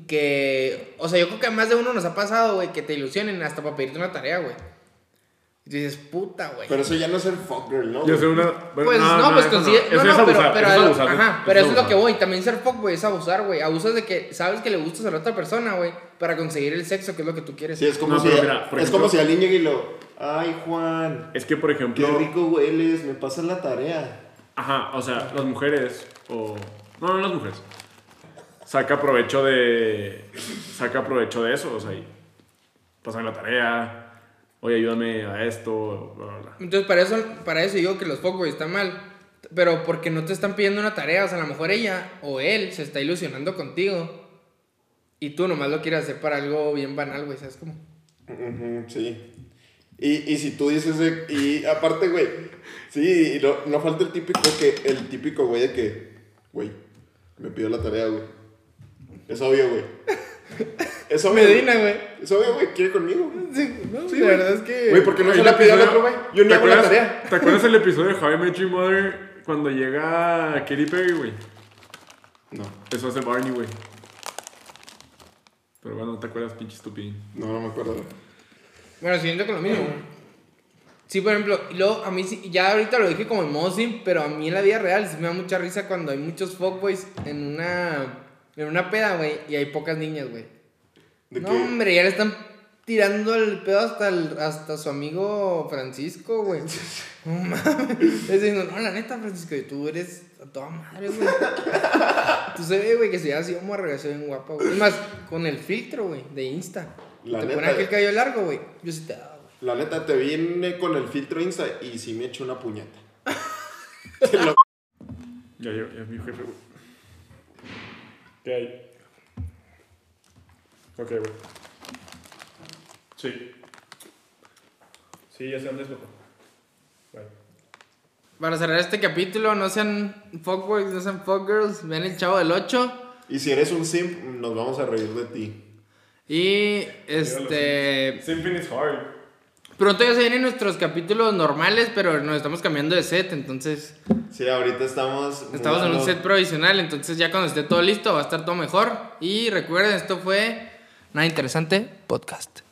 Speaker 3: Que, o sea, yo creo que a más de uno nos ha pasado, güey, que te ilusionen hasta para pedirte una tarea, güey. Y dices, puta, güey.
Speaker 1: Pero eso ya no es ser fuck girl, ¿no?
Speaker 2: Yo
Speaker 1: güey?
Speaker 2: soy una. bueno,
Speaker 3: Pues no, pues
Speaker 2: eso
Speaker 3: consigue.
Speaker 2: eso
Speaker 3: No, no,
Speaker 2: es
Speaker 3: pero,
Speaker 2: abusar,
Speaker 3: pero,
Speaker 2: eso es
Speaker 3: al-
Speaker 2: abusar,
Speaker 3: ajá, pero eso es lo que
Speaker 2: abusar.
Speaker 3: voy. También ser fuckboy es abusar, güey. Abusas de que sabes que le gustas a la otra persona, güey, para conseguir el sexo, que es lo que tú quieres.
Speaker 1: Sí, es como
Speaker 2: No,
Speaker 1: si.
Speaker 2: pero mira, por
Speaker 1: es
Speaker 2: ejemplo-
Speaker 1: como si alguien llegue y lo. Ay, Juan.
Speaker 2: Es que, por
Speaker 1: Qué
Speaker 2: ejemplo.
Speaker 1: rico hueles, me pasas la tarea.
Speaker 2: Ajá, o sea, las mujeres o... No, no las mujeres. Saca provecho de... Saca provecho de eso, o sea, y... Pásame la tarea, oye, ayúdame a esto, bla, bla, bla.
Speaker 3: Entonces, para eso, para eso digo que los fuckboys están mal. Pero porque no te están pidiendo una tarea, o sea, a lo mejor ella o él se está ilusionando contigo. Y tú nomás lo quieres hacer para algo bien banal, güey, ¿sabes cómo?
Speaker 1: Ujú, sí. Y, y si tú dices, de- y aparte, güey, sí, y no, no falta el típico que, el típico, güey, de que, güey, me pidió la tarea, güey. Es obvio, güey. Es obvio.
Speaker 3: Medina,
Speaker 1: güey.
Speaker 3: güey.
Speaker 1: Es obvio, güey, quiere conmigo.
Speaker 3: Sí, no,
Speaker 1: Sí,
Speaker 3: la
Speaker 1: güey.
Speaker 3: verdad es que.
Speaker 1: Güey, ¿por qué no
Speaker 2: Hay
Speaker 1: se
Speaker 2: un
Speaker 1: la pidió al
Speaker 2: episodio-
Speaker 1: otro, güey? Yo
Speaker 2: ¿Te
Speaker 1: no hago la
Speaker 2: acuerdas-
Speaker 1: tarea.
Speaker 2: ¿Te acuerdas el episodio de Javi Met Your Mother cuando llega Katy Perry, güey?
Speaker 1: No,
Speaker 2: Eso hace Barney, güey. Pero bueno, no te acuerdas, pinche estupidín.
Speaker 1: no, no me acuerdo, güey.
Speaker 3: Bueno, siguiendo con lo mismo. güey. Sí, por ejemplo, y luego a mí sí- ya ahorita lo dije como en modo simp, pero a mí en la vida real sí me da mucha risa cuando hay muchos fuckboys en una en una peda, güey, y hay pocas niñas, güey.
Speaker 1: De
Speaker 3: No,
Speaker 1: que-
Speaker 3: hombre, ya le están tirando el pedo hasta, el- hasta su amigo Francisco, güey. No mames. Es diciendo, no, la neta, Francisco, tú eres a toda madre, güey. Tú se ve, güey, que si hubiera sido morra, hubiera sido bien guapa, güey. Es más, con el filtro, güey, de Insta.
Speaker 1: La
Speaker 3: te
Speaker 1: neta.
Speaker 3: ponen aquel cabello largo, güey. Yo sí te daba, güey.
Speaker 1: La neta, te viene con el filtro Insta y sí me echó una puñeta. Te lo-
Speaker 5: Ya, ya, ya, mi jefe, güey. ¿Qué hay? Ok, güey. Sí. Sí, ya se han loco. Bye.
Speaker 3: Para cerrar este capítulo, no sean fuckboys, no sean fuckgirls. Vean el chavo del 8.
Speaker 1: Y si eres un simp, nos vamos a reír de ti.
Speaker 3: Y este.
Speaker 5: Simping is hard.
Speaker 3: Pronto ya se vienen nuestros capítulos normales, pero nos estamos cambiando de set, entonces
Speaker 1: Sí, ahorita estamos.
Speaker 3: estamos en
Speaker 1: mudando-
Speaker 3: un set provisional, entonces ya cuando esté todo listo va a estar todo mejor. Y recuerden, esto fue Nada Interesante Podcast.